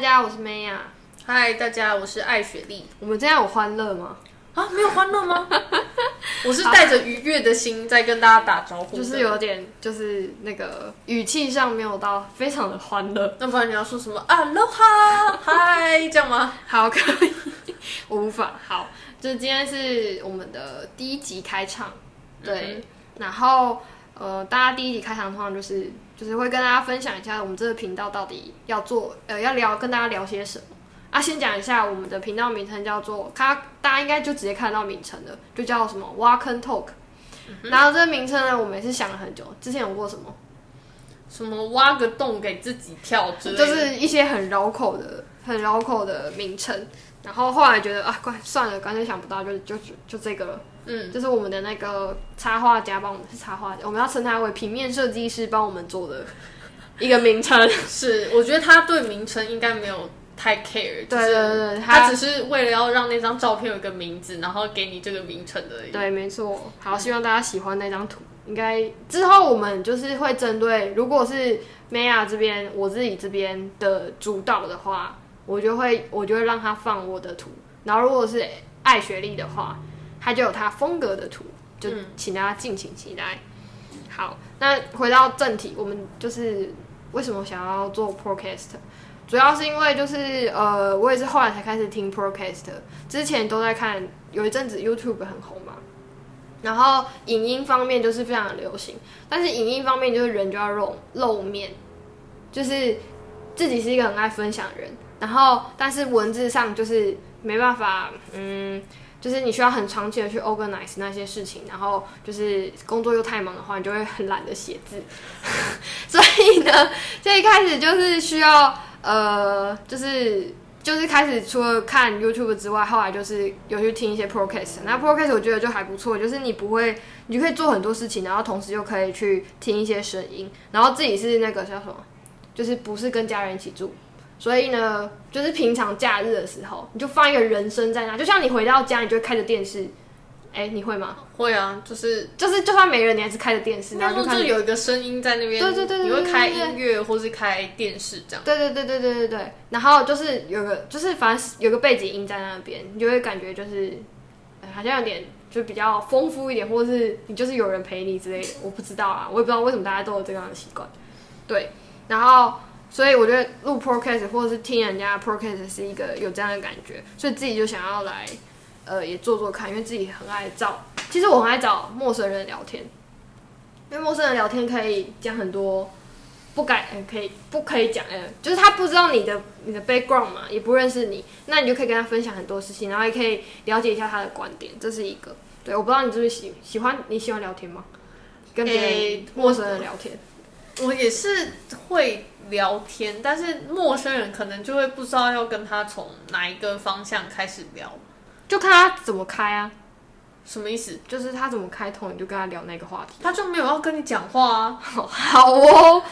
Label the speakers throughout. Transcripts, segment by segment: Speaker 1: 家，我是 Maya。
Speaker 2: 嗨，大家，我是艾雪莉。
Speaker 1: 我们今天有欢乐吗？
Speaker 2: 啊，没有欢乐吗？ 我是带着愉悦的心在跟大家打招呼的，
Speaker 1: 就是有点，就是那个语气上没有到非常的欢乐。
Speaker 2: 那不然你要说什么啊喽哈， 嗨，这样吗？
Speaker 1: 好，可以，我无法。好，就是今天是我们的第一集开场，对。然后呃，大家第一集开场通常就是就是会跟大家分享一下我们这个频道到底要做呃要聊跟大家聊些什么。啊，先讲一下我们的频道名称叫做，它大家应该就直接看到名称了，就叫什么挖坑 Talk。然后这个名称呢，我们也是想了很久，之前有过什么，
Speaker 2: 什么挖个洞给自己跳之类
Speaker 1: 就
Speaker 2: 的，
Speaker 1: 是一些很绕口的、很绕口的名称。然后后来觉得啊，怪算了，干脆想不到就，就就就这个了。
Speaker 2: 嗯，
Speaker 1: 就是我们的那个插画家帮我们是插画家，我们要称他为平面设计师帮我们做的一个名称。
Speaker 2: 是，我觉得他对名称应该没有太 care，就
Speaker 1: 对对
Speaker 2: 是
Speaker 1: 对对
Speaker 2: 他
Speaker 1: 他
Speaker 2: 只是为了要让那张照片有一个名字，然后给你这个名称而已。
Speaker 1: 对，没错。好，希望大家喜欢那张图。应该之后我们就是会针对，如果是 Maya 这边，我自己这边的主导的话，我就会我就会让他放我的图。然后如果是爱学历的话，他就有他风格的图，就请大家敬请期待。好，那回到正题，我们就是为什么想要做 podcast，主要是因为就是呃，我也是后来才开始听 podcast，之前都在看，有一阵子 YouTube 很红嘛，然后影音方面就是非常的流行，但是影音方面就是人就要露露面，就是自己是一个很爱分享的人，然后但是文字上就是没办法，嗯，就是你需要很长期的去 organize 那些事情，然后就是工作又太忙的话，你就会很懒得写字， 所以呢，就一开始就是需要呃，就是就是开始除了看 YouTube 之外，后来就是有去听一些 podcast。那 podcast 我觉得就还不错，就是你不会，你就可以做很多事情，然后同时又可以去听一些声音，然后自己是那个叫什么，就是不是跟家人一起住。所以呢，就是平常假日的时候，你就放一个人声在那，就像你回到家，你就会开着电视。哎、你会吗？
Speaker 2: 会啊，就是
Speaker 1: 就是就算没人，你还是开着电视，
Speaker 2: 应
Speaker 1: 然
Speaker 2: 该
Speaker 1: 后就
Speaker 2: 说
Speaker 1: 看
Speaker 2: 就有一个声音在那边，
Speaker 1: 对对对对
Speaker 2: 你
Speaker 1: 对
Speaker 2: 会开
Speaker 1: 对对
Speaker 2: 音乐或是开电视这样。
Speaker 1: 对对对对对对对，然后就是有个就是反正有个背景音在那边，你就会感觉就是、呃好像有点就比较丰富一点，或者是你就是有人陪你之类的，我不知道啊，我也不知道为什么大家都有这样的习惯。对，然后所以我觉得录 podcast 或者是听人家 podcast 是一个有这样的感觉，所以自己就想要来呃也做做看，因为自己很爱找，其实我很爱找陌生人聊天，因为陌生人聊天可以讲很多。不敢，呃可以不可以讲？呃，就是他不知道你的你的 background 嘛，也不认识你，那你就可以跟他分享很多事情，然后也可以了解一下他的观点，这是一个。对，我不知道你就是喜喜欢你喜欢聊天吗？跟别人
Speaker 2: 诶
Speaker 1: 陌生人聊天，
Speaker 2: 我也是会聊天，但是陌生人可能就会不知道要跟他从哪一个方向开始聊，
Speaker 1: 就看他怎么开啊，
Speaker 2: 什么意思？
Speaker 1: 就是他怎么开头，你就跟他聊那个话题。
Speaker 2: 他就没有要跟你讲话啊？
Speaker 1: 好哦，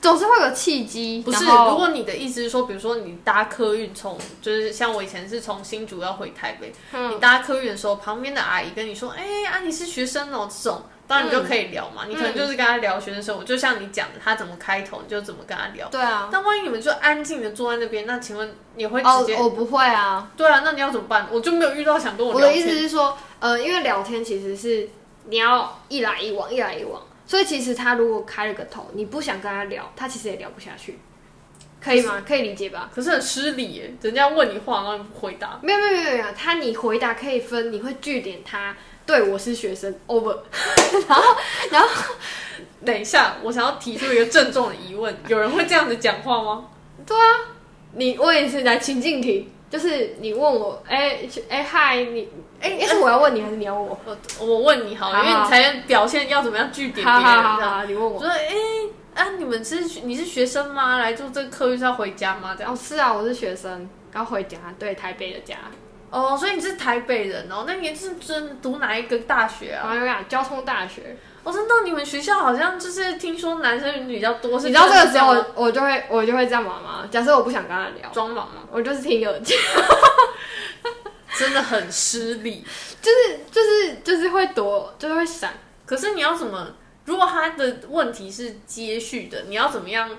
Speaker 1: 总是会有契机。
Speaker 2: 不是，
Speaker 1: 然后
Speaker 2: 如果你的意思是说，比如说你搭客运从，就是像我以前是从新竹要回台北，你搭客运的时候，旁边的阿姨跟你说：“哎、啊，你是学生哦。”这种，当然你就可以聊嘛，你可能就是跟他聊学生生活，就像你讲的，他怎么开头，你就怎么跟他聊。
Speaker 1: 对啊，
Speaker 2: 但万一你们就安静的坐在那边，那请问你会直
Speaker 1: 哦
Speaker 2: 接、，
Speaker 1: 我不会啊，
Speaker 2: 对啊？那你要怎么办？我就没有遇到想跟
Speaker 1: 我
Speaker 2: 聊
Speaker 1: 的意
Speaker 2: 天
Speaker 1: 思是说，呃，因为聊天其实是你要一来一往，一来一往，所以其实他如果开了个头，你不想跟他聊，他其实也聊不下去，可以吗？可以理解吧？
Speaker 2: 可是很失礼耶，人家问你话，然后你不回答。
Speaker 1: 没有没有没有没有，他你回答可以分，你会据点他。对，我是学生，over。哦
Speaker 2: 等一下，我想要提出一个郑重的疑问：有人会这样子讲话吗？
Speaker 1: 你问一次来情境题，就是你问我，哎、哎嗨、你，哎、是我要问你还是你要问 我？
Speaker 2: 我我问你好了，
Speaker 1: 好好
Speaker 2: 因为你才能表现要怎么样据点别
Speaker 1: 好
Speaker 2: 人。
Speaker 1: 好好
Speaker 2: 这样
Speaker 1: 好，你问
Speaker 2: 我
Speaker 1: 我。
Speaker 2: 说，哎、啊，你们是你是学生吗？来做这个课运是要回家吗？这样
Speaker 1: 哦，是啊，我是学生，然后回家，对，台北的家。
Speaker 2: 哦，所以你是台北人哦，那你是真读哪一个大学
Speaker 1: 然
Speaker 2: 啊？
Speaker 1: 后又讲交通大学，
Speaker 2: 我真的你们学校好像就是听说男生比较多，是
Speaker 1: 你知道这个时候
Speaker 2: 真的是
Speaker 1: 我我就会我就会这样忙吗？假设我不想跟他聊，
Speaker 2: 这样吗装忙吗？
Speaker 1: 我就是听耳机，
Speaker 2: 真的很失礼。
Speaker 1: 就是就是就是会躲，就是会闪。
Speaker 2: 可是你要怎么？如果他的问题是接续的，你要怎么样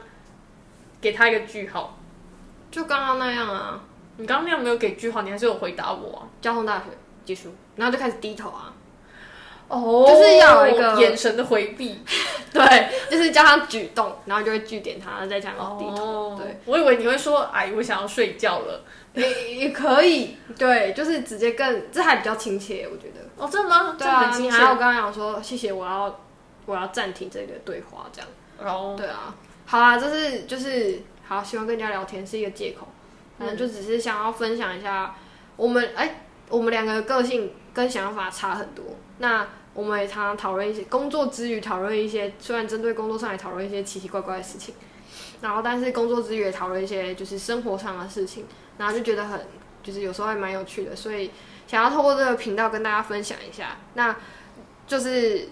Speaker 2: 给他一个句号？
Speaker 1: 就刚刚那样啊，
Speaker 2: 你刚刚那样没有给句号，你还是有回答我啊、
Speaker 1: 交通大学结束，然后就开始低头啊，
Speaker 2: 哦
Speaker 1: 就是要有一个
Speaker 2: 眼神的回避。
Speaker 1: 对，就是叫他举动，然后就会据点他，然后再讲低头，哦对，，
Speaker 2: 我以为你会说，阿姨，我想要睡觉了。
Speaker 1: 也也可以，对，就是直接更，这还比较亲切，我觉得。
Speaker 2: 哦，真的吗？
Speaker 1: 对
Speaker 2: 这
Speaker 1: 啊，
Speaker 2: 很
Speaker 1: 你
Speaker 2: 亲
Speaker 1: 还有
Speaker 2: 切。
Speaker 1: 刚刚讲说谢谢，我要我要暂停这个对话，这样。
Speaker 2: 然后
Speaker 1: 对啊，好啊，就是就是好，喜欢跟人家聊天是一个借口，反正就只是想要分享一下我们哎、我们两个个性跟想法差很多，那。我们也常常讨论一些工作之余讨论一些，虽然针对工作上也讨论一些奇奇怪怪的事情，然后但是工作之余也讨论一些就是生活上的事情，然后就觉得很就是有时候还蛮有趣的，所以想要透过这个频道跟大家分享一下。那就是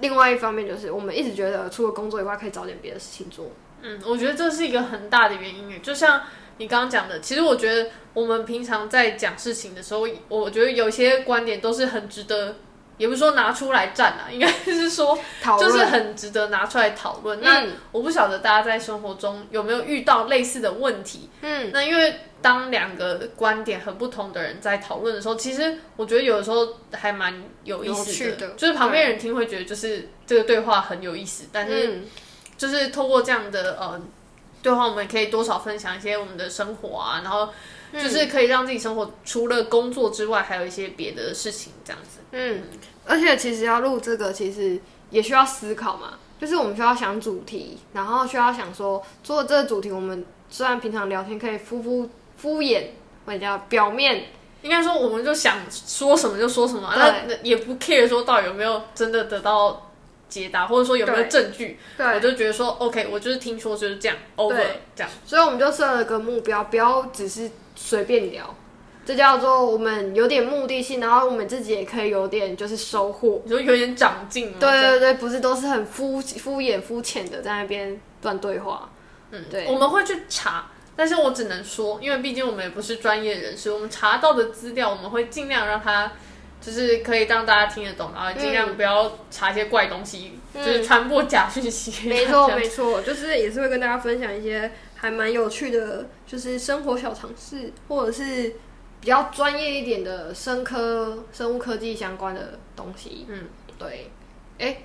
Speaker 1: 另外一方面就是，我们一直觉得除了工作以外，可以找点别的事情做。
Speaker 2: 嗯，我觉得这是一个很大的原因欸耶，就像你刚刚讲的，其实我觉得我们平常在讲事情的时候，我觉得有些观点都是很值得，也不是说拿出来站啊，应该是说
Speaker 1: 讨论嗯
Speaker 2: 就是很值得拿出来讨论。那我不晓得大家在生活中有没有遇到类似的问题？嗯，那因为当两个观点很不同的人在讨论的时候，其实我觉得有的时候还蛮有意
Speaker 1: 有
Speaker 2: 思
Speaker 1: 趣的
Speaker 2: 就是旁边人听会觉得就是这个对话很有意思，但是
Speaker 1: 嗯
Speaker 2: 就是透过这样的呃对话，我们可以多少分享一些我们的生活啊，然后
Speaker 1: 嗯
Speaker 2: 就是可以让自己生活除了工作之外，还有一些别的事情这样子。
Speaker 1: 嗯，而且其实要录这个，其实也需要思考嘛，就是我们需要想主题，然后需要想说，做这个主题，我们虽然平常聊天可以敷敷敷衍，或者叫表面，
Speaker 2: 应该说，我们就想说什么就说什么啊，那那也不 care 说到底有没有真的得到解答，或者说有没有
Speaker 1: 对
Speaker 2: 证据。我，就觉得说，OK，我就是听说就是这样，over 这样。
Speaker 1: 所以我们就设了个目标，不要只是随便聊。这叫做我们有点目的性，然后我们自己也可以有点就是收获，
Speaker 2: 你说有点长进吗？
Speaker 1: 对对对，不是都是很敷敷衍肤浅的在那边乱对 话。嗯，对，
Speaker 2: 我们会去查，但是我只能说，因为毕竟我们也不是专业人士，我们查到的资料，我们会尽量让它就是可以让大家听得懂，然后
Speaker 1: 嗯
Speaker 2: 尽量不要查一些怪东西，就是传播假讯息。
Speaker 1: 没错
Speaker 2: 这样
Speaker 1: 没错，就是也是会跟大家分享一些还蛮有趣的，就是生活小常识，或者是比较专业一点的生科、生物科技相关的东西。
Speaker 2: 嗯，
Speaker 1: 对。哎，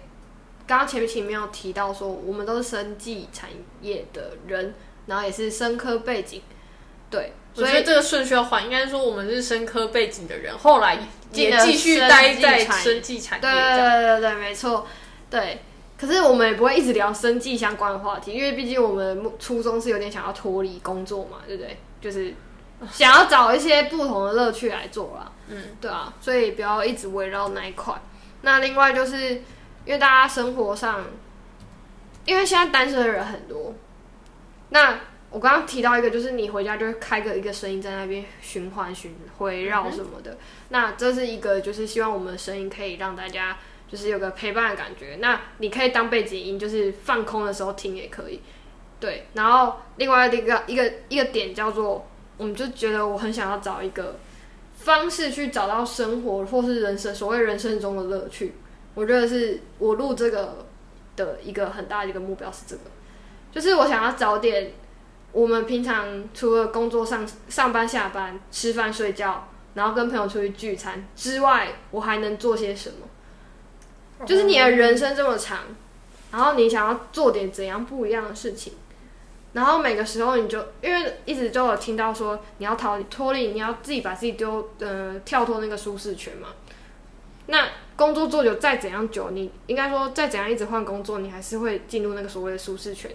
Speaker 1: 刚刚前面前面有提到说，我们都是生技产业的人，然后也是生科背景，对，
Speaker 2: 我
Speaker 1: 所
Speaker 2: 觉
Speaker 1: 以
Speaker 2: 得这个顺序要换，应该说我们是生科背景的人，后来
Speaker 1: 进
Speaker 2: 也
Speaker 1: 了
Speaker 2: 继续
Speaker 1: 生
Speaker 2: 待
Speaker 1: 技
Speaker 2: 在
Speaker 1: 产业
Speaker 2: 生技产业
Speaker 1: 对
Speaker 2: 这样。
Speaker 1: 对对对，没错，对。可是我们也不会一直聊生计相关的话题，因为毕竟我们目初衷是有点想要脱离工作嘛，对不对？ 就是想要找一些不同的乐趣来做啦。嗯，对啊，所以不要一直围绕那一块。那另外就是因为大家生活上，因为现在单身的人很多，那我刚刚提到一个，就是你回家就会开个一个声音在那边循环、循回
Speaker 2: 嗯
Speaker 1: 绕什么的。那这是一个，就是希望我们的声音可以让大家就是有个陪伴的感觉。那你可以当背景音，就是放空的时候听也可以。对，然后另外一个一个一个点叫做，我们就觉得我很想要找一个方式去找到生活或是人生所谓人生中的乐趣。我觉得是我录这个的一个很大的一个目标是这个，就是我想要找点我们平常除了工作上上班、下班、吃饭、睡觉，然后跟朋友出去聚餐之外，我还能做些什么？就是你的人生这么长，然后你想要做点怎样不一样的事情，然后每个时候你就因为一直都有听到说你要逃离脱离，你要自己把自己丢呃跳脱那个舒适圈嘛。那工作做久再怎样久，你应该说再怎样一直换工作，你还是会进入那个所谓的舒适圈，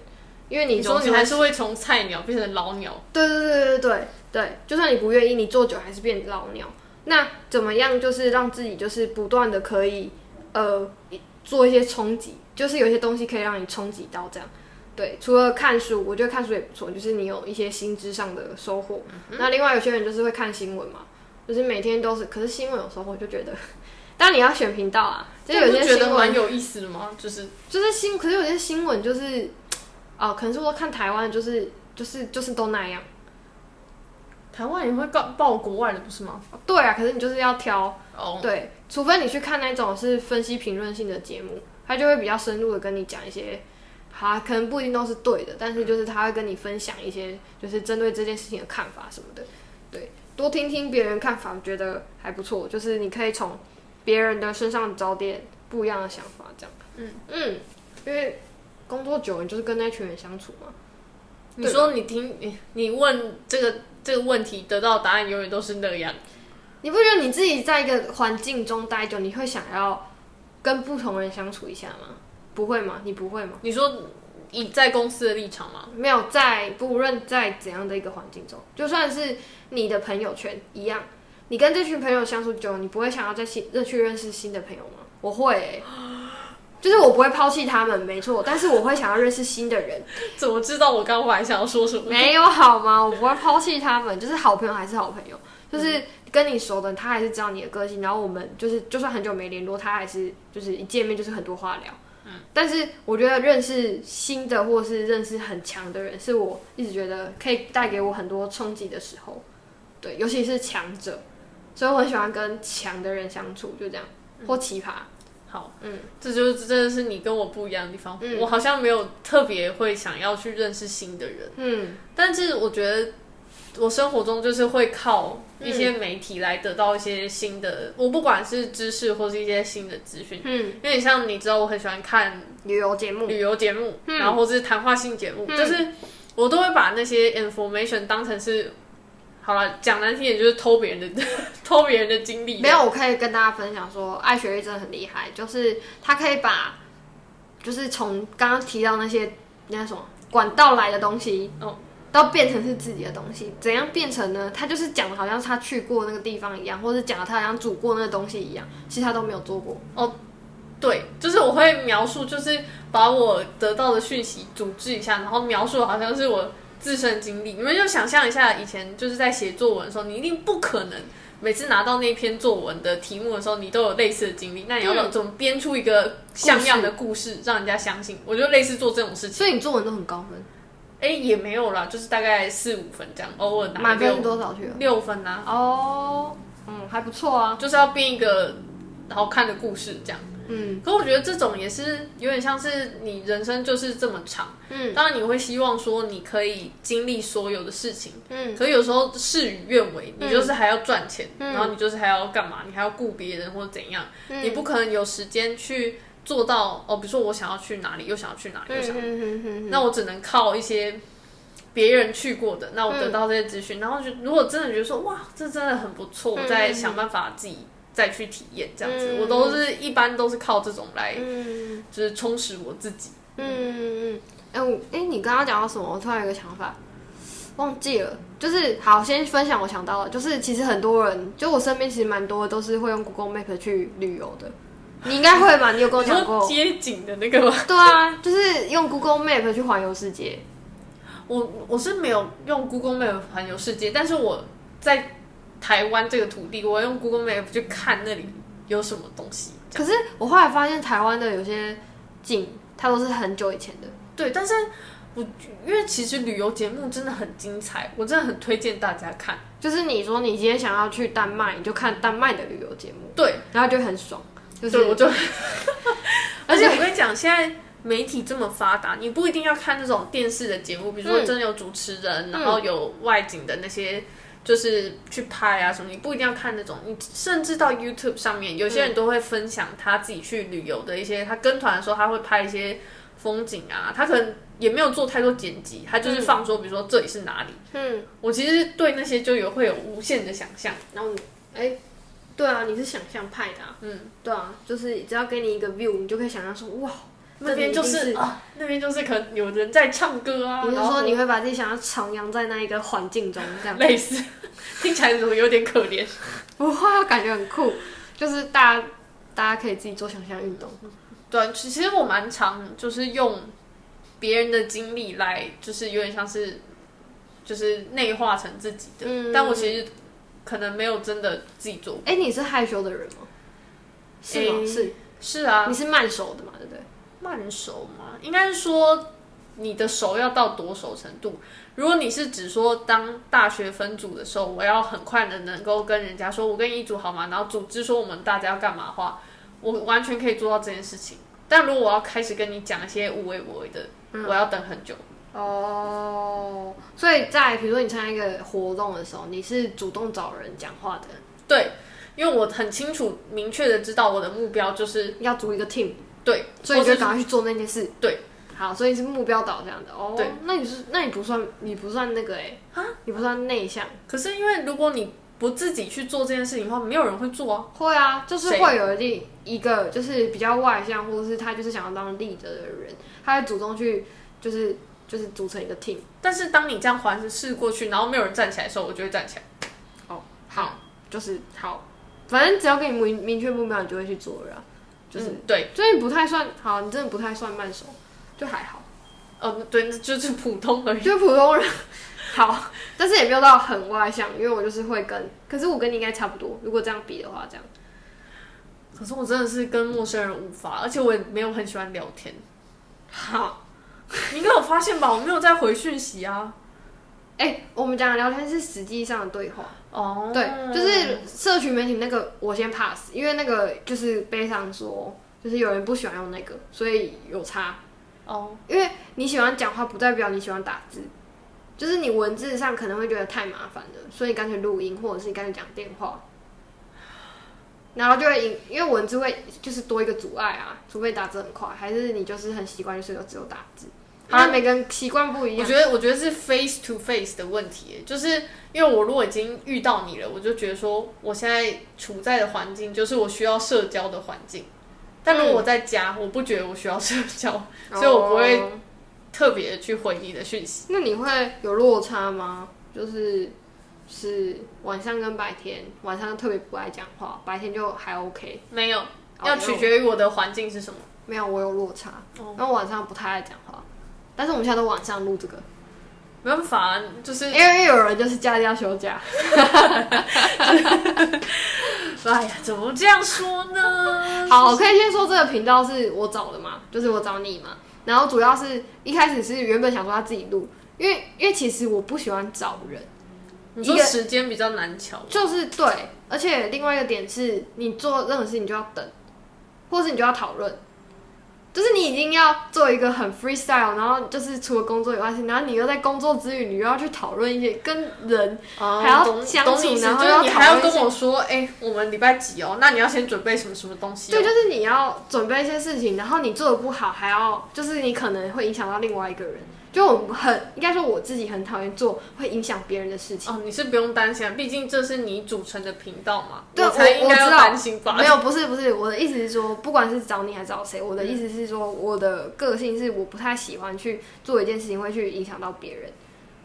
Speaker 1: 因为你说
Speaker 2: 总
Speaker 1: 你
Speaker 2: 之还
Speaker 1: 会
Speaker 2: 是会从菜鸟变成老鸟，
Speaker 1: 对对对对对对，就算你不愿意，你做久还是变老鸟。那怎么样，就是让自己就是不断的可以呃做一些冲击，就是有一些东西可以让你冲击到这样。对，除了看书，我觉得看书也不错，就是你有一些心智上的收获。那另外有些人就是会看新闻嘛，就是每天都是，可是新闻有时候我就觉得，当然你要选频道啊，就
Speaker 2: 这
Speaker 1: 有
Speaker 2: 不
Speaker 1: 些
Speaker 2: 觉得
Speaker 1: 新闻
Speaker 2: 蛮有意思的吗？就是
Speaker 1: 就是新，可是有些新闻就是，啊、可能是我看台湾就是就是就是都那样。
Speaker 2: 台湾也会报报国外的，不是吗？
Speaker 1: 对啊，可是你就是要挑，
Speaker 2: 哦，
Speaker 1: 对，除非你去看那种是分析评论性的节目，它就会比较深入的跟你讲一些他可能不一定都是对的，但是就是他会跟你分享一些就是针对这件事情的看法什么的。对，多听听别人看法，我觉得还不错。就是你可以从别人的身上找点不一样的想法，这样。嗯嗯，因为工作久了，你就是跟那群人相处嘛。
Speaker 2: 你说你听你你问这个这个问题，得到答案永远都是那样。
Speaker 1: 你不觉得你自己在一个环境中待久，你会想要跟不同人相处一下吗？不会吗？你不会吗？
Speaker 2: 你说以在公司的立场吗？
Speaker 1: 没有在，不论在怎样的一个环境中，就算是你的朋友圈一样，你跟这群朋友相处久，你不会想要再新再去认识新的朋友吗？我会、欸，就是我不会抛弃他们，没错，但是我会想要认识新的人，
Speaker 2: 怎么知道我刚刚还想要说什么？
Speaker 1: 没有好吗？我不会抛弃他们，就是好朋友还是好朋友，就是跟你熟的，他还是知道你的个性，然后我们就是就算很久没联络，他还是就是一见面就是很多话聊。但是我觉得认识新的或是认识很强的人，是我一直觉得可以带给我很多冲击的时候。对，尤其是强者，所以我很喜欢跟强的人相处，就这样，或奇葩。
Speaker 2: 好，嗯，这就是真的是你跟我不一样的地方。我好像没有特别会想要去认识新的人，
Speaker 1: 嗯，
Speaker 2: 但是我觉得我生活中就是会靠一些媒体来得到一些新的，我不管是知识或是一些新的资讯，
Speaker 1: 嗯，
Speaker 2: 因为你像你知道我很喜欢看
Speaker 1: 旅游节目，
Speaker 2: 旅游节目，然后或是谈话性节目，就是我都会把那些 information 当成是。好了，讲难听点就是偷别人的 偷别人的经历。
Speaker 1: 没有，我可以跟大家分享说，爱学玉真的很厉害，就是他可以把，就是从刚刚提到那些那叫什么管道来的东西，
Speaker 2: 哦，
Speaker 1: 都变成是自己的东西。怎样变成呢？他就是讲的好像他去过那个地方一样，或者讲的他好像煮过那个东西一样，其实他都没有做过。
Speaker 2: 对，就是我会描述，就是把我得到的讯息组织一下，然后描述好像是我自身经历。你们就想象一下，以前就是在写作文的时候，你一定不可能每次拿到那篇作文的题目的时候，你都有类似的经历。那你要
Speaker 1: 嗯
Speaker 2: 怎么编出一个像样的故事，让人家相信？我就类似做这种事情。
Speaker 1: 所以你作文都很高分，
Speaker 2: 哎，也没有啦，就是大概四五分这样，偶尔拿
Speaker 1: 满
Speaker 2: 六
Speaker 1: 分多少去了？
Speaker 2: 六分啊，
Speaker 1: 哦，嗯，还不错啊。
Speaker 2: 就是要编一个好看的故事这样。
Speaker 1: 嗯
Speaker 2: 可我觉得这种也是有点像是你人生就是这么长，
Speaker 1: 嗯
Speaker 2: 当然你会希望说你可以经历所有的事情，
Speaker 1: 嗯，
Speaker 2: 可是有时候事与愿违，你就是还要赚钱，
Speaker 1: 嗯
Speaker 2: 然后你就是还要干嘛，你还要顾别人或者怎样，
Speaker 1: 嗯
Speaker 2: 你不可能有时间去做到哦，比如说我想要去哪里，又想要去哪里，又想要去哪里
Speaker 1: 嗯嗯
Speaker 2: 那我只能靠一些别人去过的，那我得到这些资
Speaker 1: 嗯
Speaker 2: 讯，然后就如果真的觉得说哇，这真的很不错，我再想办法自己再去体验这样子。
Speaker 1: 嗯
Speaker 2: 我都是一般都是靠这种来，
Speaker 1: 嗯。
Speaker 2: 就是充实我自己。
Speaker 1: 嗯，嗯哎、我哎、你刚刚讲到什么？我突然有一个想法，忘记了。就是好，先分享我想到的，就是其实很多人，就我身边其实蛮多的都是会用 Google Map 去旅游的。你应该会吧？你有跟我
Speaker 2: 你
Speaker 1: 讲
Speaker 2: 说
Speaker 1: 过？
Speaker 2: 街景的那个吗？
Speaker 1: 对啊，就是用 Google Map 去环游世界。
Speaker 2: 我我是没有用 Google Map 环游世界，但是我在台湾这个土地，我用 Google Map 去看那里有什么东西。
Speaker 1: 可是我后来发现，台湾的有些景，它都是很久以前的。
Speaker 2: 对，但是我因为其实旅游节目真的很精彩，我真的很推荐大家看。
Speaker 1: 就是你说你今天想要去丹麦，你就看丹麦的旅游节目，
Speaker 2: 对，
Speaker 1: 然后就很爽。就
Speaker 2: 对，我
Speaker 1: 是
Speaker 2: 就，而且我跟你讲，现在媒体这么发达，你不一定要看那种电视的节目，比如说
Speaker 1: 嗯
Speaker 2: 真的有主持
Speaker 1: 嗯
Speaker 2: 人，然后有外景的那些。就是去拍啊什么，你不一定要看那种，你甚至到 YouTube 上面，有些人都会分享他自己去旅游的一些，他跟团的时候他会拍一些风景啊，他可能也没有做太多剪辑，他就是放说，比如说这里是哪里。
Speaker 1: 嗯，
Speaker 2: 我其实对那些就有会有无限的想象，
Speaker 1: 然后你，哎、对啊，你是想象派的、啊，嗯，对啊，就是只要给你一个 view，你就可以想象说，哇，
Speaker 2: 那边就
Speaker 1: 这里一定
Speaker 2: 是啊，那边就是可能有人在唱歌啊，
Speaker 1: 你是
Speaker 2: 然后
Speaker 1: 说你会把自己想要徜徉在那一个环境中，这 样？
Speaker 2: 类似， 听起来怎么有点可怜？
Speaker 1: 不会啊，感觉很酷，就是大家大家可以自己做想象运动，
Speaker 2: 对，其其实我蛮常就是用别人的经历来，就是有点像是就是内化成自己的，
Speaker 1: 嗯
Speaker 2: 但我其实可能没有真的自己做。
Speaker 1: 哎、你是害羞的人吗？是吗？
Speaker 2: 诶
Speaker 1: 哎是，
Speaker 2: 是啊
Speaker 1: 你，是慢手的嘛，对不对？
Speaker 2: 慢熟嘛，应该是说你的熟要到多熟程度。如果你是指说当大学分组的时候，我要很快的能够跟人家说我跟你一组好吗？然后组织说我们大家要干嘛的话，我完全可以做到这件事情。但如果我要开始跟你讲一些无为无为的，
Speaker 1: 嗯
Speaker 2: 我要等很久。
Speaker 1: 哦，所以在比如说你参加一个活动的时候，你是主动找人讲话的，
Speaker 2: 对，因为我很清楚、明确的知道我的目标就是
Speaker 1: 要组一个 team，
Speaker 2: 对，
Speaker 1: 所以你就
Speaker 2: 或是
Speaker 1: 赶快去做那件事。
Speaker 2: 对，
Speaker 1: 好，所以是目标导向的。哦，
Speaker 2: 对，啊
Speaker 1: 那你是那你不算你不算那个哎、欸，你不算内向。
Speaker 2: 可是因为如果你不自己去做这件事情的话，没有人会做啊。
Speaker 1: 会啊，就是
Speaker 2: 谁
Speaker 1: 会有另一个就是比较外向，或者是他就是想要当 leader 的人，他会主动去就是就是组成一个 team。
Speaker 2: 但是当你这样环视过去，然后没有人站起来的时候，我就会站起来。
Speaker 1: 哦，好，就是好，反正只要给你明明确目标，你就会去做了啊、就是、
Speaker 2: 嗯、对，
Speaker 1: 所以你不太算好，你真的不太算慢手，就还好，
Speaker 2: 哦，对，那就是普通而已。
Speaker 1: 就普通人。好，但是也没有到很外向，因为我就是会跟，可是我跟你应该差不多，如果这样比的话，这样。
Speaker 2: 可是我真的是跟陌生人无法，而且我也没有很喜欢聊天。
Speaker 1: 好，
Speaker 2: 你应该有发现吧？我没有在回讯息啊。
Speaker 1: 哎、我们讲的聊天是实际上的对话。
Speaker 2: 哦
Speaker 1: 对，就是社群媒体那个我先 pass，因为那个就是悲伤说，就是有人不喜欢用那个，所以有差。
Speaker 2: 哦，
Speaker 1: 因为你喜欢讲话，不代表你喜欢打字，就是你文字上可能会觉得太麻烦了，所以你干脆录音，或者是你干脆讲电话，然后就会引，因为文字会就是多一个阻碍啊，除非打字很快，还是你就是很习惯就是有只有打字。
Speaker 2: 啊
Speaker 1: 好了，每个人习惯不一
Speaker 2: 我
Speaker 1: 样。
Speaker 2: 觉得我觉得是 face to face 的问题，就是因为我如果已经遇到你了，我就觉得说我现在处在的环境就是我需要社交的环境。但如果我在家，我不觉得我需要社交， 所以我不会
Speaker 1: 嗯哦
Speaker 2: 特别地去回你的讯息。
Speaker 1: 那你会有落差吗？就是是晚上跟白天，晚上特别不爱讲话，白天就还 OK。
Speaker 2: 没有，
Speaker 1: 哦
Speaker 2: 要取决于我的环境是什么。
Speaker 1: 没有，我有落差，然后晚上不太爱讲话。但是我们现在都晚上录这个，
Speaker 2: 没办法啊，就是
Speaker 1: 因为因为有人就是假日要休假，
Speaker 2: 哎呀，怎么这样说呢？
Speaker 1: 好，我可以先说这个频道是我找的嘛，就是我找你嘛。然后主要是一开始是原本想说他自己录，因为因为其实我不喜欢找人，
Speaker 2: 你说
Speaker 1: 一个
Speaker 2: 时间比较难瞧，
Speaker 1: 就是对。而且另外一个点是，你做任何事情就要等，或是你就要讨论，就是你已经要做一个很 freestyle，然后就是除了工作以外的事情，然后你又在工作之余，你又要去讨论一些跟人
Speaker 2: 哦
Speaker 1: 还要
Speaker 2: 懂
Speaker 1: 相
Speaker 2: 懂
Speaker 1: 处
Speaker 2: 你意思
Speaker 1: 然后
Speaker 2: 就是
Speaker 1: 要
Speaker 2: 你
Speaker 1: 讨
Speaker 2: 还要
Speaker 1: 论
Speaker 2: 跟
Speaker 1: 一些
Speaker 2: 我说，哎、我们礼拜几哦？那你要先准备什么什么东西、哦？
Speaker 1: 对，就是你要准备一些事情，然后你做的不好，还要就是你可能会影响到另外一个人。就我很应该说我自己很讨厌做会影响别人的事情。
Speaker 2: 哦，你是不用担心啊，毕竟这是你主持的频道嘛，
Speaker 1: 对，我
Speaker 2: 才应
Speaker 1: 我
Speaker 2: 该
Speaker 1: 知
Speaker 2: 要
Speaker 1: 道
Speaker 2: 担心吧？
Speaker 1: 没有，不是不是，我的意思是说，不管是找你还是找谁，我的
Speaker 2: 嗯
Speaker 1: 意思是说，我的个性是我不太喜欢去做一件事情会去影响到别人，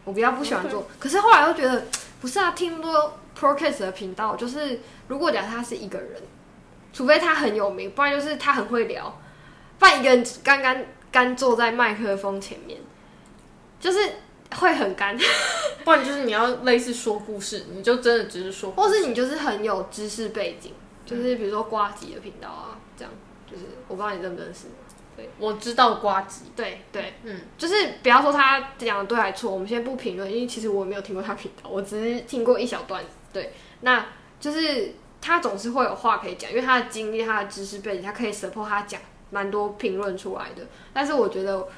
Speaker 1: 我比较不喜欢做。可是后来又觉得，不是啊，听那么多 podcast 的频道，就是如果假设他是一个人，除非他很有名，不然就是他很会聊，不然一个人干干干坐在麦克风前面，就是会很干。
Speaker 2: 不然就是你要类似说故事，你就真的只是说，
Speaker 1: 或是你就是很有知识背景，就是比如说瓜吉的频道啊，这样就是我不知道你认不认识。
Speaker 2: 我知道瓜吉，
Speaker 1: 对对，
Speaker 2: 嗯，
Speaker 1: 就是不要说他讲的对还错，我们先不评论，因为其实我没有听过他频道，我只是听过一小段。对，那就是他总是会有话可以讲，因为他的经历、他的知识背景，他可以 support 他讲蛮多评论出来的。但是我觉得，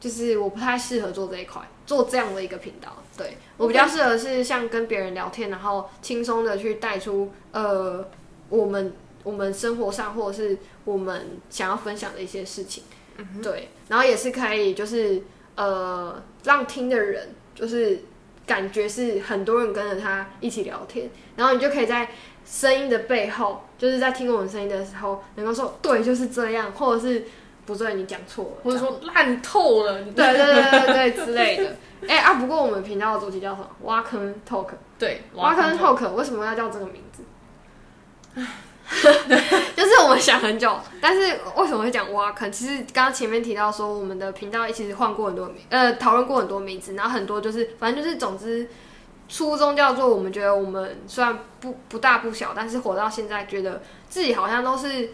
Speaker 1: 就是我不太适合做这一块，做这样的一个频道。对我比较适合是像跟别人聊天，然后轻松的去带出呃我们我们生活上或者是我们想要分享的一些事情。对，然后也是可以就是呃让听的人就是感觉是很多人跟着他一起聊天，然后你就可以在声音的背后，就是在听我们声音的时候，能够说对就是这样，或者是不对你讲错了，
Speaker 2: 或者说烂透了，你
Speaker 1: 对对对对对对之类的。哎、啊，不过我们频道的主题叫什么？挖坑 talk，
Speaker 2: 对，
Speaker 1: 挖坑
Speaker 2: 坑
Speaker 1: talk 为什么要叫这个名字？ 就是我们想很久，但是为什么会讲挖坑？其实刚刚前面提到说，我们的频道其实换过很多名，呃，讨论过很多名字，然后很多就是，反正就是，总之，初衷叫做我们觉得我们虽然不不大不小，但是活到现在，觉得自己好像都是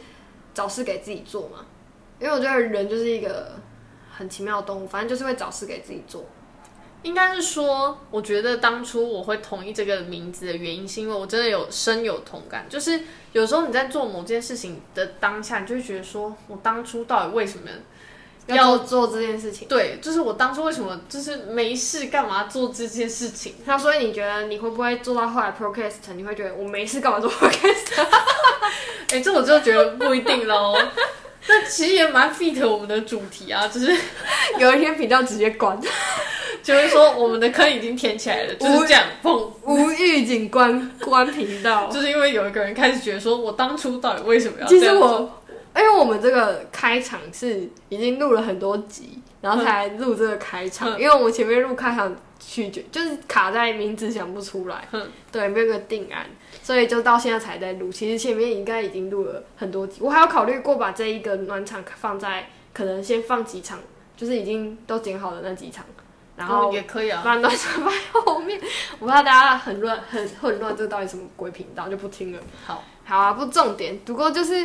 Speaker 1: 找事给自己做嘛。因为我觉得人就是一个很奇妙的动物，反正就是会找事给自己做。
Speaker 2: 应该是说，我觉得当初我会同意这个名字的原因，是因为我真的有深有同感。就是有时候你在做某件事情的当下，你就会觉得说，我当初到底为什么
Speaker 1: 要做这件事情。
Speaker 2: 对，就是我当初为什么就是没事干嘛做这件事情？
Speaker 1: 那所以你觉得你会不会做到后来 procast？你会觉得我没事干嘛做 procast？
Speaker 2: 哎、这我就觉得不一定喽。 那其实也蛮 fit 我们的主题啊，就是
Speaker 1: 有一天频道直接关，
Speaker 2: 就是说我们的坑已经填起来了，就是这样碰。
Speaker 1: 无预警关关频道。
Speaker 2: 就是因为有一个人开始觉得说，我当初到底为什么要
Speaker 1: 其
Speaker 2: 这
Speaker 1: 实
Speaker 2: 样做？
Speaker 1: 我，因为我们这个开场是已经录了很多集，然后才录这个开场，
Speaker 2: 嗯
Speaker 1: 因为我们前面录开场取决就是卡在名字想不出来，
Speaker 2: 嗯
Speaker 1: 对，没有个定案，所以就到现在才在录。其实前面应该已经录了很多集，我还有考虑过把这一个暖场放在可能先放几场，就是已经都剪好的那几场，然后
Speaker 2: 哦也可以啊，
Speaker 1: 把暖场放在后面。我怕大家很乱、很混乱，这到底什么鬼频道就不听了。
Speaker 2: 好，
Speaker 1: 好啊，不重点。不过就是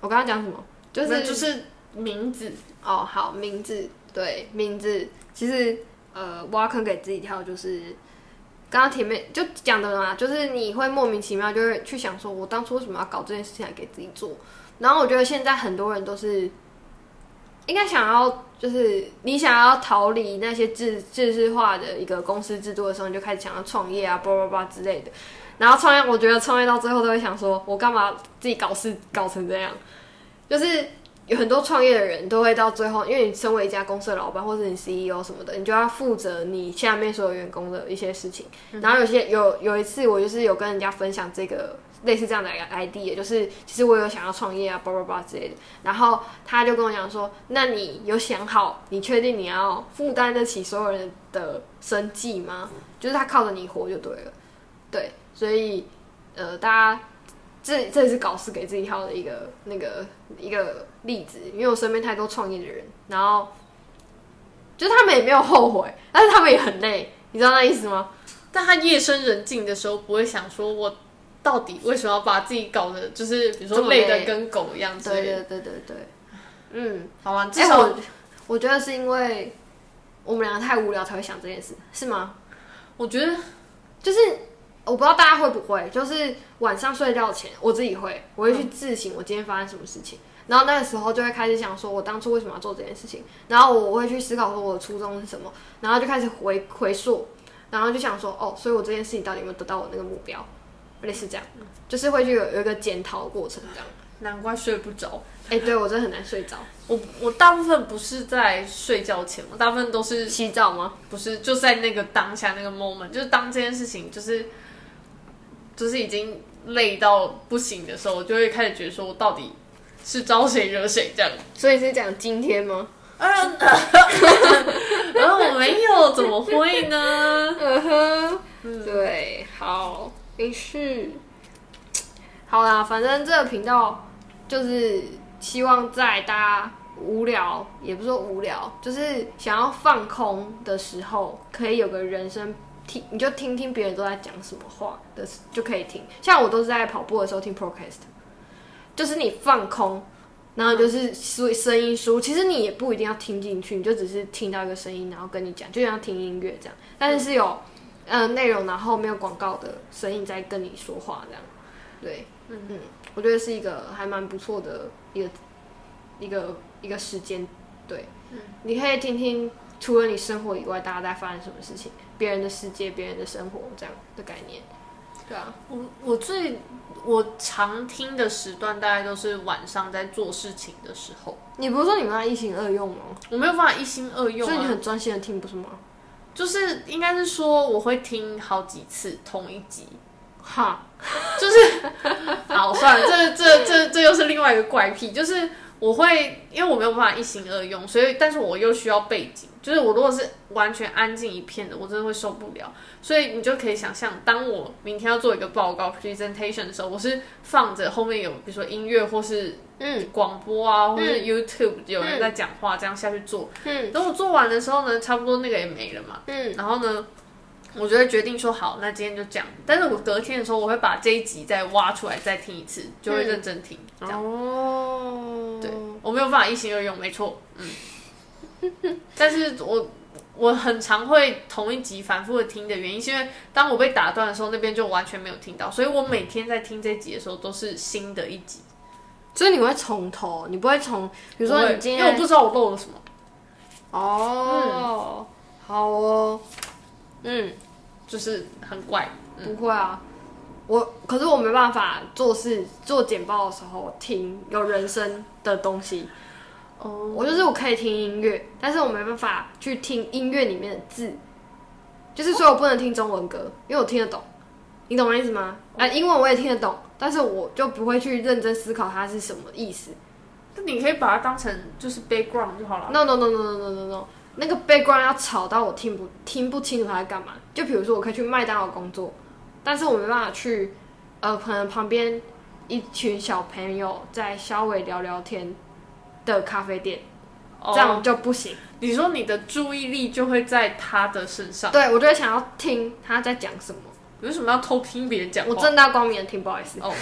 Speaker 1: 我刚刚讲什么，就
Speaker 2: 那
Speaker 1: 是
Speaker 2: 就是名字。
Speaker 1: 哦，好名字，对名字，其实呃挖坑给自己跳就是。刚刚前面就讲的嘛，就是你会莫名其妙就会去想说，我当初为什么要搞这件事情来给自己做？然后我觉得现在很多人都是应该想要，就是你想要逃离那些制制式化的一个公司制度的时候，你就开始想要创业啊，叭叭叭之类的。然后创业，我觉得创业到最后都会想说，我干嘛自己搞事搞成这样？就是有很多创业的人都会到最后，因为你身为一家公司的老板或者你 CEO 什么的，你就要负责你下面所有员工的一些事情。然后有些有有一次，我就是有跟人家分享这个类似这样的 idea，就是其实我有想要创业啊，叭叭叭之类的。然后他就跟我讲说，那你有想好，你确定你要负担得起所有人的生计吗？就是他靠着你活就对了。对，所以呃，大家这这也是搞事给自己挑的一个那个一个例子，因为我身边太多创业的人，然后就是他们也没有后悔，但是他们也很累，你知道那意思吗？
Speaker 2: 但他夜深人静的时候，不会想说我到底为什么要把自己搞得就是，比如
Speaker 1: 这
Speaker 2: 说
Speaker 1: 么
Speaker 2: 累
Speaker 1: 累
Speaker 2: 的跟狗一样之
Speaker 1: 对
Speaker 2: 类的。
Speaker 1: 对对对对，嗯，
Speaker 2: 好啊，至
Speaker 1: 哎、
Speaker 2: 少、
Speaker 1: 我我觉得是因为我们两个太无聊才会想这件事，是吗？
Speaker 2: 我觉得
Speaker 1: 就是我不知道大家会不会，就是晚上睡觉前，我自己会，我会去自省我今天发生什么事情，然后那个时候就会开始想说，我当初为什么要做这件事情，然后我会去思考说我的初衷是什么，然后就开始回回溯，然后就想说，哦，所以我这件事情到底有没有得到我那个目标，类似这样，就是会去有有一个检讨的过程这样。
Speaker 2: 难怪睡不着。
Speaker 1: 哎、对我真的很难睡着，
Speaker 2: 我我大部分不是在睡觉前，我大部分都是
Speaker 1: 洗澡吗？
Speaker 2: 不是就在那个当下那个 moment，就是当这件事情就是就是已经累到不行的时候，我就会开始觉得说我到底是招谁惹谁这样。
Speaker 1: 所以是讲今天吗？
Speaker 2: 嗯， 然后我没有，怎么会呢？
Speaker 1: 嗯哼，对，好，没事。好啦，反正这个频道就是希望在大家无聊，也不是说无聊，就是想要放空的时候，可以有个人生听，你就听听别人都在讲什么话的，就可以听。像我都是在跑步的时候听 podcast，就是你放空。然后就是输声音输，其实你也不一定要听进去，你就只是听到一个声音，然后跟你讲，就像听音乐这样。但是是有呃内容，然后没有广告的声音在跟你说话，这样。对，嗯嗯，我觉得是一个还蛮不错的一个一个一个时间。对，你可以听听除了你生活以外，大家在发生什么事情，别人的世界，别人的生活这样的概念。对啊，
Speaker 2: 我我最我常听的时段大概都是晚上在做事情的时候，
Speaker 1: 你不是说你们要一心二用吗？
Speaker 2: 我没有办法一心二用、
Speaker 1: 所以你
Speaker 2: 啊，
Speaker 1: 很专心的听，不是吗？
Speaker 2: 就是应该是说我会听好几次同一集。
Speaker 1: 哈，
Speaker 2: 好，算了，这这这这又是另外一个怪癖，就是我会因为我没有办法一心二用，所以但是我又需要背景，就是我如果是完全安静一片的，我真的会受不了。所以你就可以想象，当我明天要做一个报告 presentation 的时候，我是放着后面有比如说音乐或是
Speaker 1: 嗯
Speaker 2: 广播啊，或是 YouTube 有人在讲话，这样下去做。
Speaker 1: 嗯
Speaker 2: 等我做完的时候呢，差不多那个也没了嘛。
Speaker 1: 嗯，
Speaker 2: 然后呢，我就会决定说好，那今天就这样。但是我隔天的时候，我会把这一集再挖出来再听一次，就会认真听。这样，
Speaker 1: 哦，
Speaker 2: 嗯 对我没有办法一心二用，没错，嗯。但是我我很常会同一集反复的听的原因，是因为当我被打断的时候，那边就完全没有听到，所以我每天在听这集的时候都是新的一集。
Speaker 1: 所以你会从头，你不会从，比如说
Speaker 2: 对
Speaker 1: 你今
Speaker 2: 因为
Speaker 1: 天
Speaker 2: 我不知道我漏了什么。嗯
Speaker 1: 哦，好哦，嗯，
Speaker 2: 就是很怪。
Speaker 1: 不会啊，我可是我没办法做事做简报的时候听有人声的东西，
Speaker 2: 哦，
Speaker 1: 我就是我可以听音乐，但是我没办法去听音乐里面的字，就是所以我不能听中文歌，因为我听得懂，你懂我意思吗？啊，英文我也听得懂，但是我就不会去认真思考它是什么意思。
Speaker 2: 那你可以把它当成就是 background 就好了。
Speaker 1: No no no no no no no no，那个 background 要吵到我听不听不清楚他在干嘛。就比如说，我可以去麦当劳工作，但是我没办法去，呃，可能旁边一群小朋友在稍微聊聊天的咖啡店，
Speaker 2: 哦
Speaker 1: 这样就不行。
Speaker 2: 你说你的注意力就会在他的身上，
Speaker 1: 对我就会想要听他在讲什么，
Speaker 2: 你为什么要偷听别人讲
Speaker 1: 我
Speaker 2: 话？
Speaker 1: 正大光明的听，不好意 思。
Speaker 2: 哦，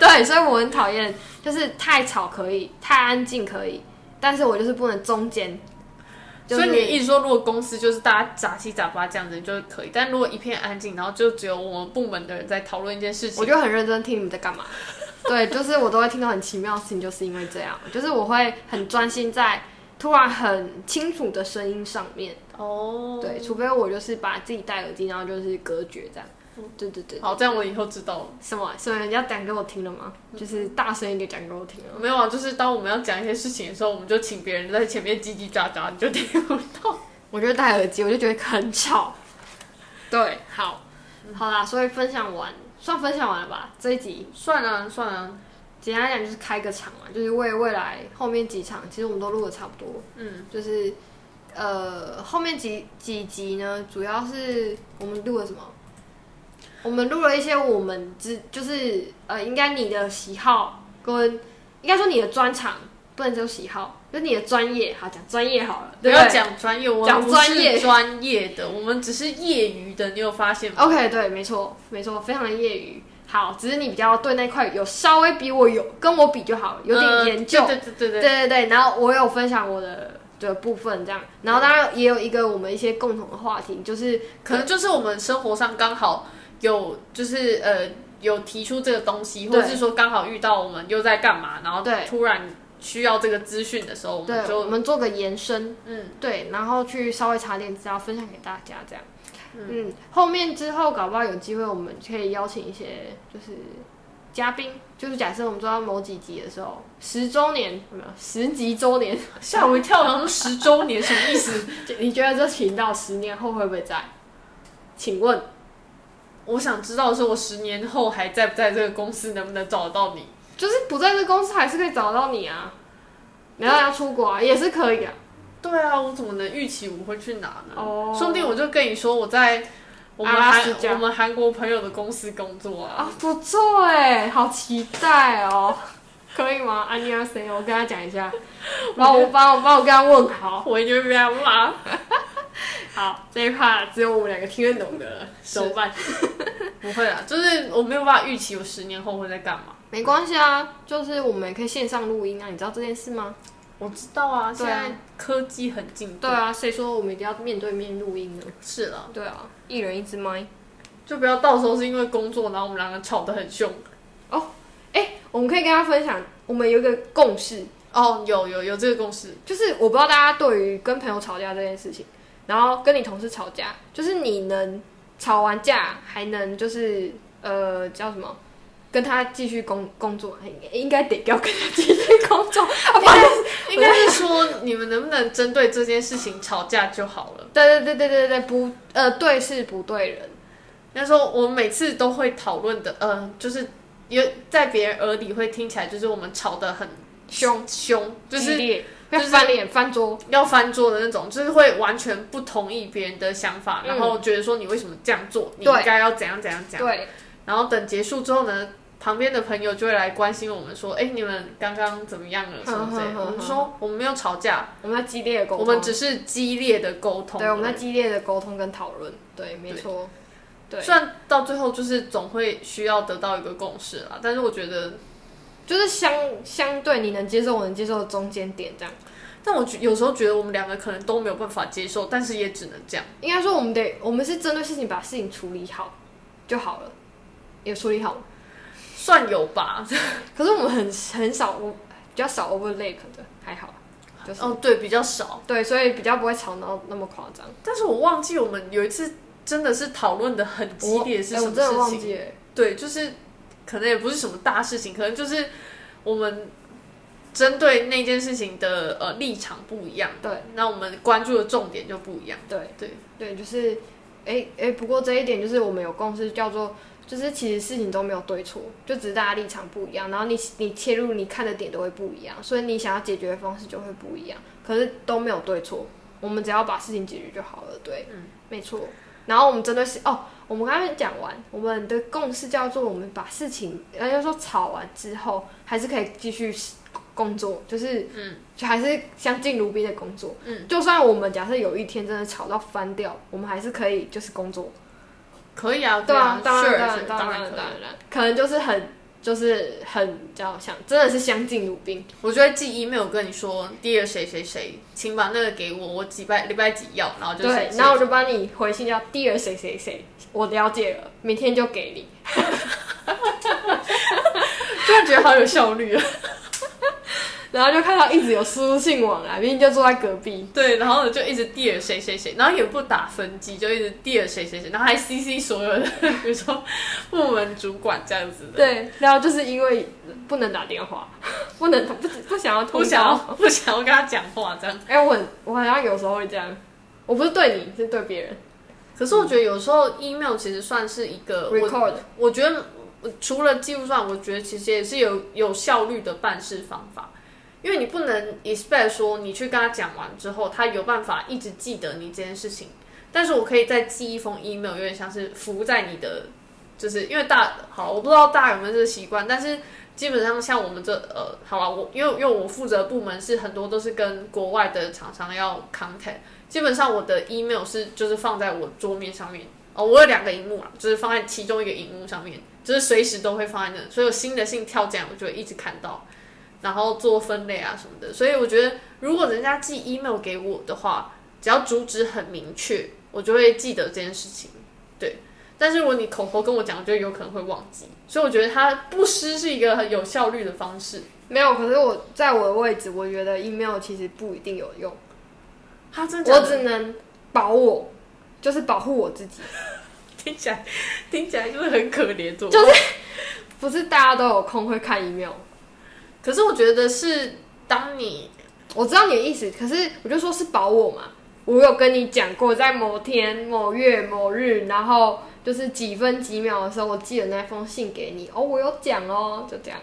Speaker 1: 对，所以我很讨厌，就是太吵可以，太安静可以，但是我就是不能中间。就是、
Speaker 2: 所以你一直说，如果公司就是大家杂七杂八这样子就可以，但如果一片安静，然后就只有我们部门的人在讨论一件事情，
Speaker 1: 我就很认真听你们在 干嘛。对，就是我都会听到很奇妙的事情，就是因为这样，就是我会很专心在突然很清楚的声音上面。
Speaker 2: 哦，
Speaker 1: 对，除非我就是把自己戴耳机，然后就是隔绝这样。对对对，
Speaker 2: 嗯好，这样我以后知道了。
Speaker 1: 什么？所以人家讲给我听了吗？
Speaker 2: 嗯
Speaker 1: 就是大声一点讲给我听了。
Speaker 2: 没有啊，就是当我们要讲一些事情的时候，我们就请别人在前面叽叽喳喳，你就听不到。
Speaker 1: 我就戴耳机，我就觉得很吵。对，好，
Speaker 2: 嗯
Speaker 1: 好啦，所以分享完算分享完了吧？这一集
Speaker 2: 算啊，算啊，
Speaker 1: 简单来讲就是开个场嘛，就是为未来后面几场，其实我们都录的差不多。
Speaker 2: 嗯，
Speaker 1: 就是呃后面几几集呢，主要是我们录了什么？我们录了一些我们之就是呃，应该你的喜好跟应该说你的专长，不能只有喜好，就是你的专业，好讲专业好了，
Speaker 2: 不
Speaker 1: 对
Speaker 2: 要
Speaker 1: 不对
Speaker 2: 讲专业，我
Speaker 1: 讲
Speaker 2: 们不
Speaker 1: 专业
Speaker 2: 是专业的，我们只是业余的，你有发现吗？
Speaker 1: ？OK，对，没错，没错，非常的业余。好，只是你比较对那块有稍微比我有跟我比就好了，有点
Speaker 2: 呃
Speaker 1: 研究。
Speaker 2: 对对对对对，
Speaker 1: 对对对，然后我有分享我的的部分这样，然后当然也有一个我们一些共同的话题，就是
Speaker 2: 可能就是我们生活上刚好有，就是呃有提出这个东西，或
Speaker 1: 对
Speaker 2: 者是说刚好遇到我们又在干嘛，然后
Speaker 1: 对
Speaker 2: 突然需要这个资讯的时候，我们
Speaker 1: 对，我
Speaker 2: 就
Speaker 1: 们做个延伸，
Speaker 2: 嗯
Speaker 1: 对，然后去稍微查点资料分享给大家这样。嗯，后面之后搞不好有机会，我们可以邀请一些就是嘉宾，就是假设我们做到某几集的时候，十周年有没有十集周年？
Speaker 2: 吓我一跳，好像十周年什么意思？
Speaker 1: 就你觉得这频道十年后会不会在？请问，
Speaker 2: 我想知道的是，我十年后还在不在这个公司，能不能找得到你？
Speaker 1: 就是不在这公司还是可以找到你啊？然后要出国啊，也是可以啊。
Speaker 2: 对啊，我怎么能预期我会去哪呢？
Speaker 1: 哦
Speaker 2: 说不定我就跟你说我在我们
Speaker 1: 阿拉斯
Speaker 2: 韩
Speaker 1: 加
Speaker 2: 我们韩国朋友的公司工作啊。
Speaker 1: 啊，不错哎，好期待哦， 可以吗？安妮亚谁？我跟他讲一 下，然后我帮我帮我跟他问好。
Speaker 2: 我就被他 骂。
Speaker 1: 好，这一 part 只有我们两个听得懂的了，
Speaker 2: 是
Speaker 1: 怎么办？
Speaker 2: 不会啦，就是我没有办法预期我十年后会在干嘛。
Speaker 1: 没关系啊，就是我们也可以线上录音啊，你知道这件事吗？
Speaker 2: 我知道啊，现
Speaker 1: 对啊
Speaker 2: 在科技很进步。
Speaker 1: 对啊，谁说我们一定要面对面录音呢？
Speaker 2: 是了，
Speaker 1: 对啊，一人一支麦。
Speaker 2: 就不要到时候是因为工作，然后我们两个吵得很凶。
Speaker 1: 哎、我们可以跟他分享，我们有一个共识，
Speaker 2: 哦，有有有这个共 识，
Speaker 1: 就是我不知道大家对于跟朋友吵架这件事情，然后跟你同事吵架，就是你能吵完架还能就是呃叫什么，跟他继续工工作，应应该得要跟他继续工作。啊，反正
Speaker 2: 应该是说你们能不能针对这件事情吵架就好了。
Speaker 1: 对对对对对对，不呃对事不对人，
Speaker 2: 应该说我每次都会讨论的，呃，就是有在别人耳里会听起来就是我们吵得很
Speaker 1: 凶
Speaker 2: 凶，就
Speaker 1: 激
Speaker 2: 是
Speaker 1: 烈
Speaker 2: 就
Speaker 1: 要
Speaker 2: 是
Speaker 1: 翻脸翻桌，
Speaker 2: 要翻桌的那种，就是会完全不同意别人的想法，
Speaker 1: 嗯
Speaker 2: 然后觉得说你为什么这样做，你
Speaker 1: 对
Speaker 2: 应该要怎样怎样怎样。
Speaker 1: 对
Speaker 2: 然后等结束之后呢，旁边的朋友就会来关心我们说，哎，你们刚刚怎么样了什么之类
Speaker 1: 哼哼哼
Speaker 2: 的。我们说我们没有吵架，
Speaker 1: 我们要激烈的沟通，
Speaker 2: 我们只是激烈的沟通。
Speaker 1: 对我们要激烈的沟通跟讨论，对，没错，对。
Speaker 2: 虽然到最后就是总会需要得到一个共识啦，但是我觉得，
Speaker 1: 就是相相对你能接受，我能接受的中间点这样。
Speaker 2: 但我觉有时候觉得我们两个可能都没有办法接受，但是也只能这样。
Speaker 1: 应该说我们得，我们是针对事情把事情处理好就好了，也处理好了。
Speaker 2: 算有吧。
Speaker 1: 可是我们很很少，我比较少 overlap 的，还好，就是、
Speaker 2: 哦，对，比较少。
Speaker 1: 对，所以比较不会吵闹那么夸张。
Speaker 2: 但是我忘记我们有一次真的是讨论的很激烈是
Speaker 1: 哎
Speaker 2: 什
Speaker 1: 我
Speaker 2: 么
Speaker 1: 真的
Speaker 2: 事
Speaker 1: 忘
Speaker 2: 情。
Speaker 1: 记了。
Speaker 2: 对，就是可能也不是什么大事情，可能就是我们针对那件事情的呃立场不一样，
Speaker 1: 对，
Speaker 2: 那我们关注的重点就不一样。
Speaker 1: 对
Speaker 2: 对
Speaker 1: 对，就是，哎、哎、不过这一点就是我们有共识，叫做就是其实事情都没有对错，就只是大家立场不一样，然后你你切入你看的点都会不一样，所以你想要解决的方式就会不一样，可是都没有对错，我们只要把事情解决就好了，对，
Speaker 2: 嗯，
Speaker 1: 没错。然后我们针对事哦，我们刚刚讲完，我们的共识叫做我们把事情，呃，要说吵完之后还是可以继续工作，就是
Speaker 2: 嗯，
Speaker 1: 就还是相敬如宾的工作，
Speaker 2: 嗯，
Speaker 1: 就算我们假设有一天真的吵到翻掉，我们还是可以就是工作，
Speaker 2: 可以啊，
Speaker 1: 对啊
Speaker 2: 啊，，
Speaker 1: 当然
Speaker 2: sure，
Speaker 1: 当然
Speaker 2: sure，
Speaker 1: 当
Speaker 2: 然
Speaker 1: 然
Speaker 2: 可
Speaker 1: 当
Speaker 2: 以。
Speaker 1: 然，可能就是很就是很叫想，真的是相敬如宾，
Speaker 2: 我就会寄 email 跟你说，Dear 谁谁谁，请把那个给我，我几拜礼拜几要，然后哦就
Speaker 1: 对
Speaker 2: 谁，谁
Speaker 1: 然后我就帮你回信叫 Dear 谁谁谁，我了解了，明天就给你，
Speaker 2: 突然觉得好有效率啊。
Speaker 1: 然后就看到一直有书信往来，明明就坐在隔壁，
Speaker 2: 对，然后就一直 Dear 谁谁谁，然后也不打分机，就一直 Dear 谁谁谁，然后还 CC 所有的，比如说部门主管这样子的。
Speaker 1: 对，然后就是因为不能打电话， 不能不不想要通
Speaker 2: 不想要
Speaker 1: 宵。
Speaker 2: 不想要跟他讲话这样。
Speaker 1: 哎、我很我好像有时候会这样，我不是对你，是对别人。
Speaker 2: 可是我觉得有时候 email 其实算是一个呃我
Speaker 1: record
Speaker 2: 我觉得呃除了技术上，我觉得其实也是有有效率的办事方法，因为你不能 expect 说你去跟他讲完之后，他有办法一直记得你这件事情。但是我可以再寄一封 email，有点像是浮在你的，就是因为大好，我不知道大家有没有这个习惯，但是基本上像我们这呃，好了，我因为因为我负责的部门是很多都是跟国外的厂商要 contact，基本上我的 email 是就是放在我桌面上面。哦，我有两个荧幕啦，就是放在其中一个荧幕上面，就是随时都会放在那，所以有新的信跳进来，我就会一直看到，然后做分类啊什么的。所以我觉得，如果人家寄 email 给我的话，只要主旨很明确，我就会记得这件事情。对，但是如果你口头跟我讲，我就有可能会忘记。所以我觉得它不失是一个很有效率的方式。
Speaker 1: 没有，可是我在我的位置，我觉得 email 其实不一定有用，
Speaker 2: 它啊真的
Speaker 1: 我
Speaker 2: 假的
Speaker 1: 只能保我，就是保护我自己。
Speaker 2: 听起来听起来就是很可怜，就
Speaker 1: 不是大家都有空会看 email，
Speaker 2: 可是我觉得是当你
Speaker 1: 我知道你的意思，可是我就说是保我嘛。我有跟你讲过，在某天、某月、某日，然后就是几分几秒的时候，我寄了那封信给你。哦，我有讲哦，就这样。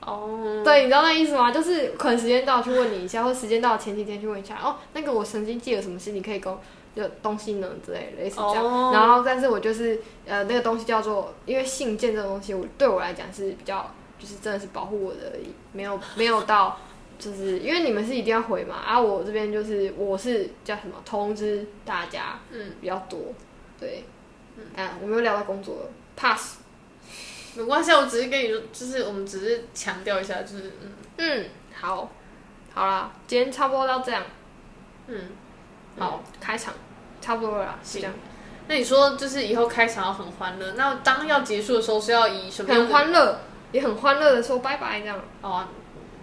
Speaker 2: 哦，
Speaker 1: 对，你知道那意思吗？就是可能时间到去问你一下，或时间到前几天去问一下。哦，那个我曾经寄了什么事，你可以跟我有东西呢之类的，类似这样。
Speaker 2: 哦
Speaker 1: 然后，但是我就是呃，那个东西叫做，因为信件这个东西，我对我来讲是比较，就是真的是保护我的而已，没有没有到，就是因为你们是一定要回嘛，啊，我这边就是我是叫什么通知大家
Speaker 2: 嗯，
Speaker 1: 比较多，对，啊，我们又聊到工作了，pass，
Speaker 2: 没关系，我只是跟你说，就是我们只是强调一下，就是嗯
Speaker 1: 嗯，好，好啦，今天差不多到这样。
Speaker 2: 嗯，
Speaker 1: 好，开场差不多了啦，是
Speaker 2: 行
Speaker 1: 这样，
Speaker 2: 那你说就是以后开场要很欢乐，那当要结束的时候是要以什么样
Speaker 1: 很
Speaker 2: 的
Speaker 1: 欢乐，也很欢乐的说拜拜，这样
Speaker 2: 哦，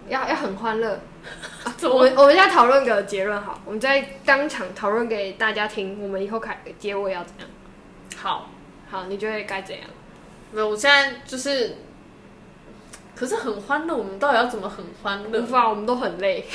Speaker 1: 要要很欢乐。
Speaker 2: 怎
Speaker 1: 我
Speaker 2: 么
Speaker 1: 们我们现在讨论个结论好，我们在当场讨论给大家听，我们以后开结尾要怎样？
Speaker 2: 好？
Speaker 1: 好，你觉得该怎样？
Speaker 2: 没有，我现在就是，可是很欢乐，我们到底要怎么很欢乐
Speaker 1: 无？法，我们都很 累。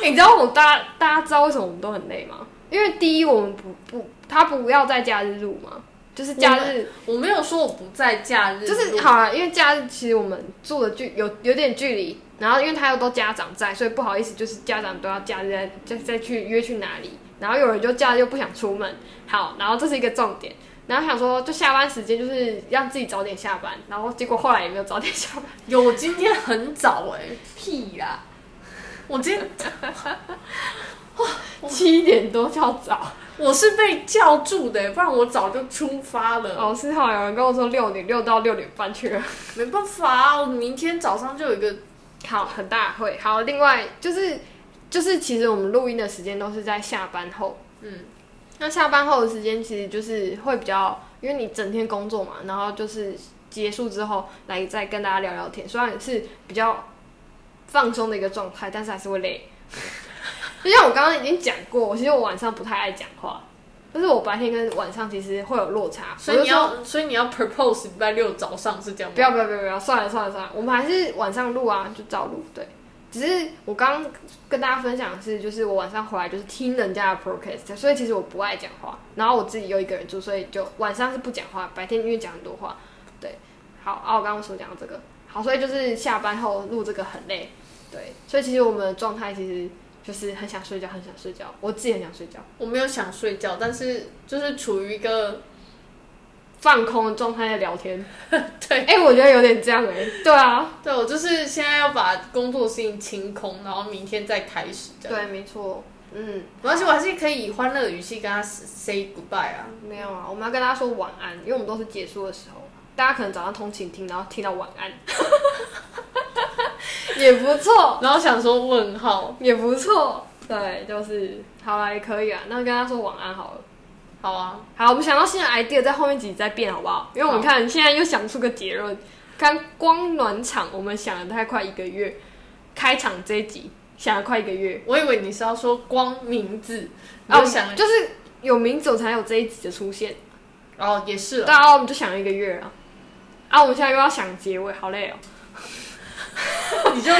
Speaker 1: 欸你知道我大家大家知道为什么我们都很累吗？因为第一，我们不不，他不要在假日录嘛，就是假
Speaker 2: 我
Speaker 1: 日
Speaker 2: 们我没有说我不在假日录，
Speaker 1: 就是好啊了，因为假日其实我们住的距有有点距离，然后因为他又都家长在，所以不好意思，就是家长都要假日再再再去约去哪里，然后有人就假日又不想出门，好，然后这是一个重点，然后想说就下班时间就是让自己早点下班，然后结果后来也没有早点下班，
Speaker 2: 有，我今天很早哎、屁啦！我今天
Speaker 1: 七点多叫早，
Speaker 2: 我是被叫住的、欸，不然我早就出发了。
Speaker 1: 哦，是好有人跟我说六点六到六点半去了，
Speaker 2: 没办法啊，我明天早上就有一个
Speaker 1: 好，很大会。好，另外就是就是，其实我们录音的时间都是在下班后。
Speaker 2: 嗯，
Speaker 1: 那下班后的时间其实就是会比较，因为你整天工作嘛，然后就是结束之后来再跟大家聊聊天，虽然也是比较放松的一个状态，但是还是会累。 就像我刚刚已经讲过，其实我晚上不太爱讲话，但是我白天跟晚上其实会有落差。
Speaker 2: 所以
Speaker 1: 我
Speaker 2: 你
Speaker 1: 就说
Speaker 2: 要，所以你要 propose 礼拜六早上是这样吗？
Speaker 1: 不要不要不要不要，算了算了算了，我们还是晚上录啊，就照录。对，只是我刚刚跟大家分享的是，就是我晚上回来就是听人家的 podcast，所以其实我不爱讲话，然后我自己又一个人住，所以就晚上是不讲话，白天因为讲很多话。对，好啊，我刚刚所讲的这个，好，所以就是下班后录这个很累，对，所以其实我们的状态其实就是很想睡觉，很想睡觉，我自己很想睡觉，
Speaker 2: 我没有想睡觉，但是就是处于一个
Speaker 1: 放空的状态在聊天。
Speaker 2: 对
Speaker 1: 哎、我觉得有点这样哎、对啊，
Speaker 2: 对我就是现在要把工作的事情清空，然后明天再开始这样。
Speaker 1: 对，没错，嗯。
Speaker 2: 而且我还是可以以欢乐的语气跟他 say goodbye 啊。
Speaker 1: 没有啊，我们要跟大家说晚安，因为我们都是结束的时候，大家可能早上通勤听，然后听到晚安，也不错，
Speaker 2: 然后想说问号，
Speaker 1: 也不错，对，就是好啦，也可以啊，那跟他说晚安好了。
Speaker 2: 好啊，
Speaker 1: 好，我们想到新的 idea，在后面几集再变好不好？因为我们
Speaker 2: 好
Speaker 1: 看现在又想出个结论，刚光暖场我们想了大概快一个月，开场这一集想了快一个月，
Speaker 2: 我以为你是要说光名字，
Speaker 1: 啊，
Speaker 2: 然
Speaker 1: 我
Speaker 2: 后
Speaker 1: 们
Speaker 2: 想，
Speaker 1: 就是有名字我才有这一集的出现。
Speaker 2: 哦也是
Speaker 1: 对
Speaker 2: 了，
Speaker 1: 啊，我们就想了一个月啊，啊，我们现在又要想结尾，好累哦。
Speaker 2: 你就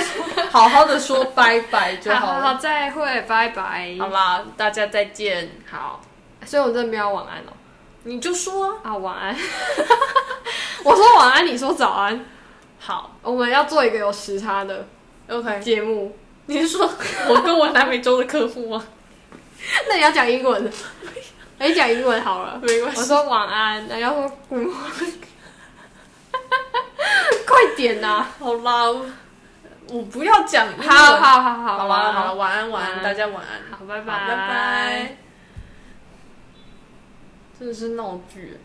Speaker 2: 好好的说 拜拜就好了。
Speaker 1: 再会，拜拜。
Speaker 2: 好啦，大家再见。
Speaker 1: 好，所以我真的没有晚安哦。
Speaker 2: 你就说啊、
Speaker 1: 啊，晚安。 我说晚安，你说早安。
Speaker 2: 好
Speaker 1: 我们要做一个有时差的
Speaker 2: ，OK。
Speaker 1: 节目，
Speaker 2: 你是说我跟我南美洲的客户吗？
Speaker 1: 那你要讲英文， 你讲英文好了。
Speaker 2: 没关
Speaker 1: 我
Speaker 2: 系，
Speaker 1: 说晚安，然后说 good morning。快点呐、
Speaker 2: 好啦，我我不要讲英文。
Speaker 1: 好好好好，
Speaker 2: 好啦，好啦，晚安，晚
Speaker 1: 晚
Speaker 2: 安，
Speaker 1: 安
Speaker 2: 大家晚安，
Speaker 1: 好拜
Speaker 2: 拜拜。真的是闹剧耶。